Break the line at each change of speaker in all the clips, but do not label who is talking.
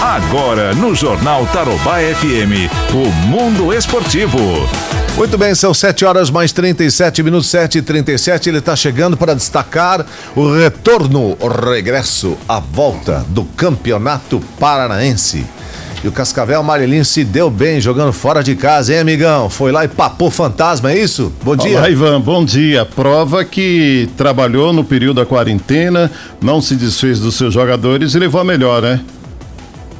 agora no Jornal Tarobá FM, o Mundo Esportivo.
Muito bem, são 7 horas mais 37 minutos, 7 e 37 Ele está chegando para destacar o retorno, o regresso, a volta do Campeonato Paranaense. E o Cascavel Amarelinho se deu bem jogando fora de casa, hein, amigão? Foi lá e papou fantasma, é isso? Bom dia.
Olá, Ivan, bom dia. Prova que trabalhou no período da quarentena, não se desfez dos seus jogadores e levou a melhor, né?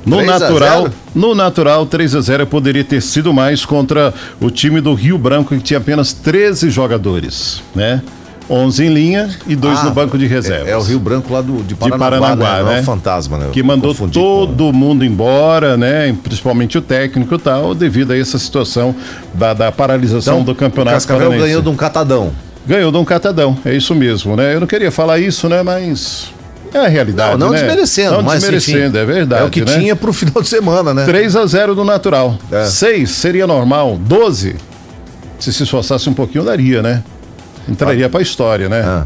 No natural, no natural, 3 a 0 poderia ter sido mais contra o time do Rio Branco, que tinha apenas 13 jogadores, né? 11 em linha e dois
Ah,
no banco de reservas.
É, é o Rio Branco lá do, de Paranaguá,
Paranaguá,
né? Não é
né?
o fantasma, né?
que
Eu
mandou
confundi
todo mundo embora, né? Principalmente o técnico e tal, devido a essa situação da, da paralisação do
Então,
campeonato.
O Cascavel
paranaense.
ganhou de um catadão.
Ganhou de um catadão, é isso mesmo, né? Eu não queria falar isso, né? Mas é a realidade,
Não, não
né?
desmerecendo,
Não
mas
desmerecendo,
enfim,
é verdade,
É o que
né?
tinha pro final de semana, né?
3 a 0 do natural.
É.
6 seria normal. 12, se se esforçasse um pouquinho, daria, né? Entraria pra história, né?
Ah,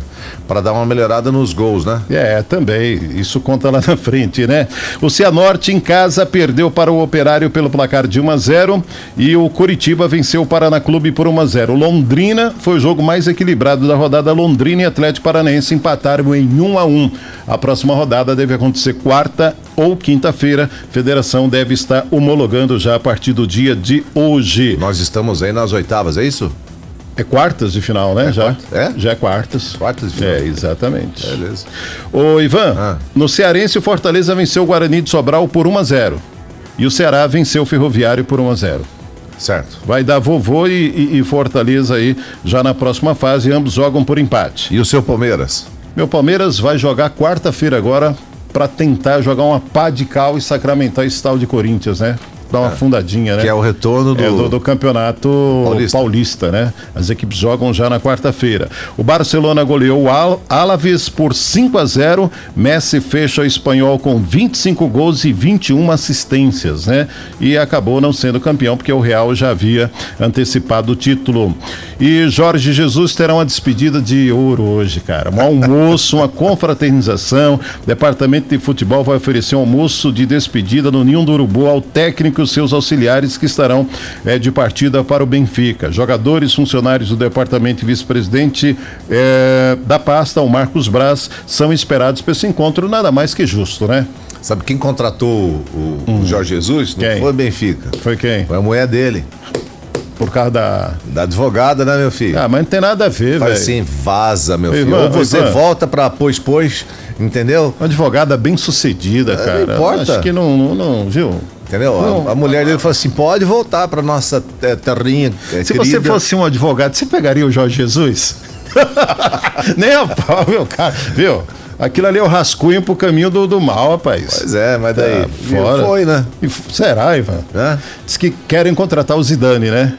Pra dar uma melhorada nos gols, né?
É, também. Isso conta lá na frente, né? O Cianorte em casa perdeu para o Operário pelo placar de 1 a 0 e o Curitiba venceu o Paraná Clube por 1 a 0. Londrina foi o jogo mais equilibrado da rodada. Londrina e Atlético Paranaense empataram em 1 a 1. A próxima rodada deve acontecer quarta ou quinta-feira. Federação deve estar homologando já a partir do dia de hoje.
Nós estamos aí nas oitavas, é isso?
É quartas de final, né? já?
É?
Já é quartas.
Quartas de final.
É, exatamente.
Beleza.
Ô Ivan,
Ah.
no Cearense o Fortaleza venceu o Guarani de Sobral por 1 a 0 e o Ceará venceu o Ferroviário por 1 a 0.
Certo.
Vai dar vovô e, e- e Fortaleza aí já na próxima fase, ambos jogam por empate.
E o seu Palmeiras?
Meu Palmeiras vai jogar quarta-feira agora pra tentar jogar uma pá de cal e sacramentar esse tal de Corinthians, né? Dar uma fundadinha, né?
Que é o retorno do.
É, do, do campeonato
Paulista.
paulista. né? As equipes jogam já na quarta-feira. O Barcelona goleou o Al Alaves por 5 a 0. Messi fecha o espanhol com 25 gols e 21 assistências, né? E acabou não sendo campeão porque o Real já havia antecipado o título. E Jorge Jesus terá uma despedida de ouro hoje, cara. Um almoço, uma confraternização. Departamento de Futebol vai oferecer um almoço de despedida no Ninho do Urubu ao técnico e seus auxiliares que estarão eh, de partida para o Benfica. Jogadores, funcionários do departamento e vice-presidente eh, da pasta, o Marcos Braz, são esperados para esse encontro, nada mais que justo, né?
Sabe quem contratou o, o Jorge Jesus? Não
Hum. Quem?
foi o Benfica.
Foi quem?
Foi a mulher dele.
Por causa da.
Da advogada, né, meu filho?
Ah, mas não tem nada a ver,
Faz
velho.
assim, vaza, meu filho.
Ivan,
Ou você
Ivan.
volta pra pois, pois, entendeu?
Uma advogada bem sucedida, cara.
É, importa.
Acho que não, não, não viu?
Entendeu? A-
Não.
A, mulher dele falou assim: pode voltar pra nossa eh, terrinha. eh,
Se
querida.
você fosse um advogado, você pegaria o Jorge Jesus? Nem a pau, meu cara. Viu? Aquilo ali é o rascunho pro caminho do, do mal, rapaz.
Pois é, mas daí.
Tá fora.
Foi, né?
E f- será, Ivan?
Hã?
Diz que querem contratar o Zidane, né?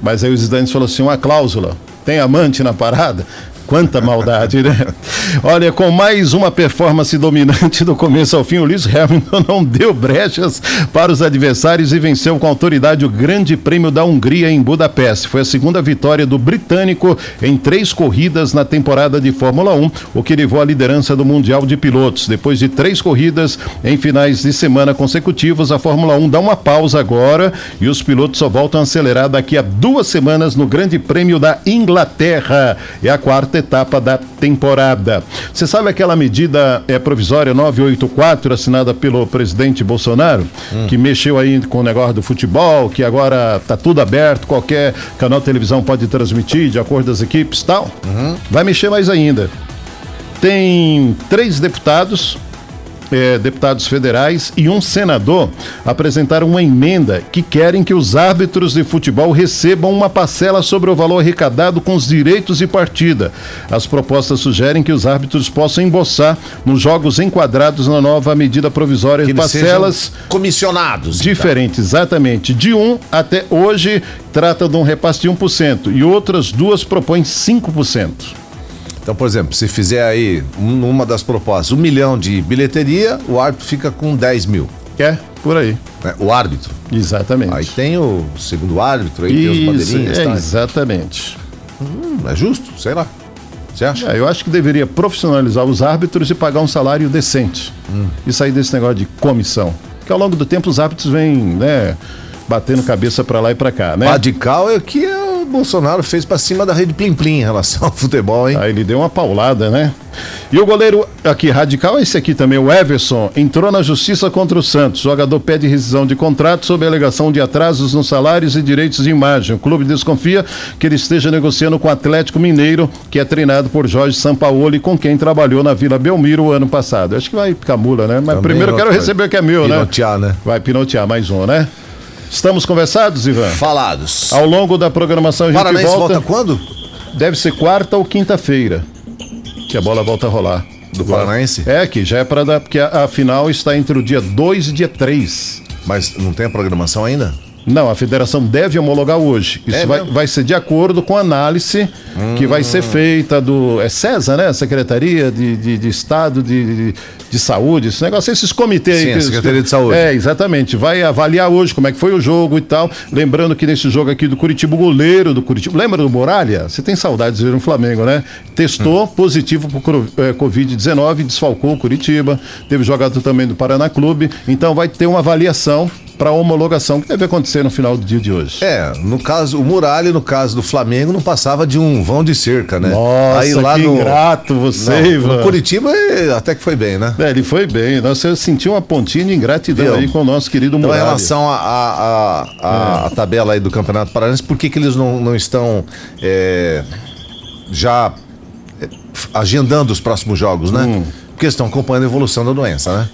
Mas aí o Zidane falou assim, uma cláusula. Tem amante na parada? Quanta maldade, né? Olha, com mais uma performance dominante do começo ao fim, o Lewis Hamilton não deu brechas para os adversários e venceu com autoridade o Grande Prêmio da Hungria em Budapeste. Foi a segunda vitória do britânico em três corridas na temporada de Fórmula 1, o que levou à liderança do Mundial de Pilotos. Depois de três corridas em finais de semana consecutivos, a Fórmula 1 dá uma pausa agora e os pilotos só voltam a acelerar daqui a duas semanas no Grande Prêmio da Inglaterra. É a quarta etapa da temporada. Você sabe aquela medida é, provisória 984, assinada pelo presidente Bolsonaro, que mexeu aí com o negócio do futebol, que agora tá tudo aberto, qualquer canal de televisão pode transmitir, de acordo das equipes e tal? Vai mexer mais ainda. Tem três deputados eh, deputados federais e um senador apresentaram uma emenda que querem que os árbitros de futebol recebam uma parcela sobre o valor arrecadado com os direitos de partida. As propostas sugerem que os árbitros possam embolsar nos jogos enquadrados na nova medida provisória
Que eles
parcelas.
sejam comissionados. então.
Diferente, exatamente. De 1 até hoje, trata de um repasse de 1%. E outras duas propõem 5%.
Então, por exemplo, se fizer aí um- numa das propostas um milhão de bilheteria, o árbitro fica com 10 mil.
É, por aí.
né? O árbitro.
Exatamente.
Aí tem o segundo árbitro, aí tem os
Isso,
bandeirinhas.
é,
tá?
exatamente.
Hum, é justo? Sei lá. Você acha?
É, eu acho que deveria
Hum.
profissionalizar os árbitros e pagar um salário decente. E sair desse negócio de comissão. Porque ao longo do tempo os hábitos vêm, né? Batendo cabeça para lá e para cá, né?
Radical é o que o Bolsonaro fez para cima da rede Plim Plim em relação ao futebol, hein?
Aí Ah, ele deu uma paulada, né? E o goleiro aqui, radical, é esse aqui também, o Everson, entrou na justiça contra o Santos. O jogador pede rescisão de contrato sob a alegação de atrasos nos salários e direitos de imagem. O clube desconfia que ele esteja negociando com o Atlético Mineiro, que é treinado por Jorge Sampaoli, com quem trabalhou na Vila Belmiro o ano passado. Acho que vai ficar mula, né? Mas
Também
primeiro eu
não
quero
vai
receber o que é meu, né?
pinotear, né?
Vai pinotear mais um, né? Estamos conversados, Ivan?
Falados.
É. Ao longo da programação a gente
Paranaense volta...
volta
quando?
deve ser quarta ou quinta-feira que a bola volta a rolar.
Do Paranaense?
É, que já é para dar, porque a, a final está entre o dia 2 e dia 3.
Mas não tem a programação ainda?
Não, a federação deve homologar hoje. Isso
É
vai,
mesmo? Hum.
vai ser de acordo com a análise que vai ser feita do. É César, né? Secretaria de, de, de Estado de, de, de Saúde, esse negócio, esses comitês
Sim,
aí.
a
que-
Secretaria de Saúde.
É, exatamente. Vai avaliar hoje como é que foi o jogo e tal. Lembrando que nesse jogo aqui do Curitiba, o goleiro do Curitiba. Lembra do Muralha? Você tem saudades de ver no Flamengo, né? Testou positivo para Covid-19, desfalcou o Curitiba. Teve jogador também do Paraná Clube. Então vai ter uma avaliação para homologação que deve acontecer no final do dia de hoje.
É, no caso, o Muralha, no caso do Flamengo, não passava de um vão de cerca, né?
Nossa,
Aí lá
que
no,
ingrato você,
não,
Ivan.
no Curitiba eh, até que foi bem, né?
É, ele foi bem. Nossa, eu senti uma pontinha de ingratidão
Viu?
aí com o nosso querido
Então, em
Muralha.
relação à a, a, a- a tabela aí do Campeonato Paranaense, por que, que eles não, não estão eh, já eh, f- agendando os próximos jogos, né?
Hum.
Porque estão acompanhando a evolução da doença, né?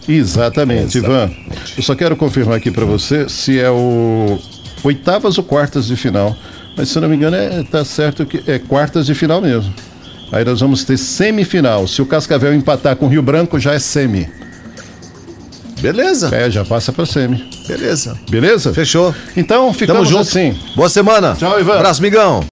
Exatamente.
Exatamente, Ivan. Eu só quero confirmar aqui para você se é o oitavas ou quartas de final. Mas se eu não me engano, é, tá certo que é quartas de final mesmo. Aí nós vamos ter semifinal. Se o Cascavel empatar com o Rio Branco, já é semi.
Beleza,
É, já passa para semi.
beleza.
Beleza?
Fechou.
Então,
Tamo
É. ficamos
junto.
assim.
Boa semana.
Tchau, Ivan.
Abraço, migão.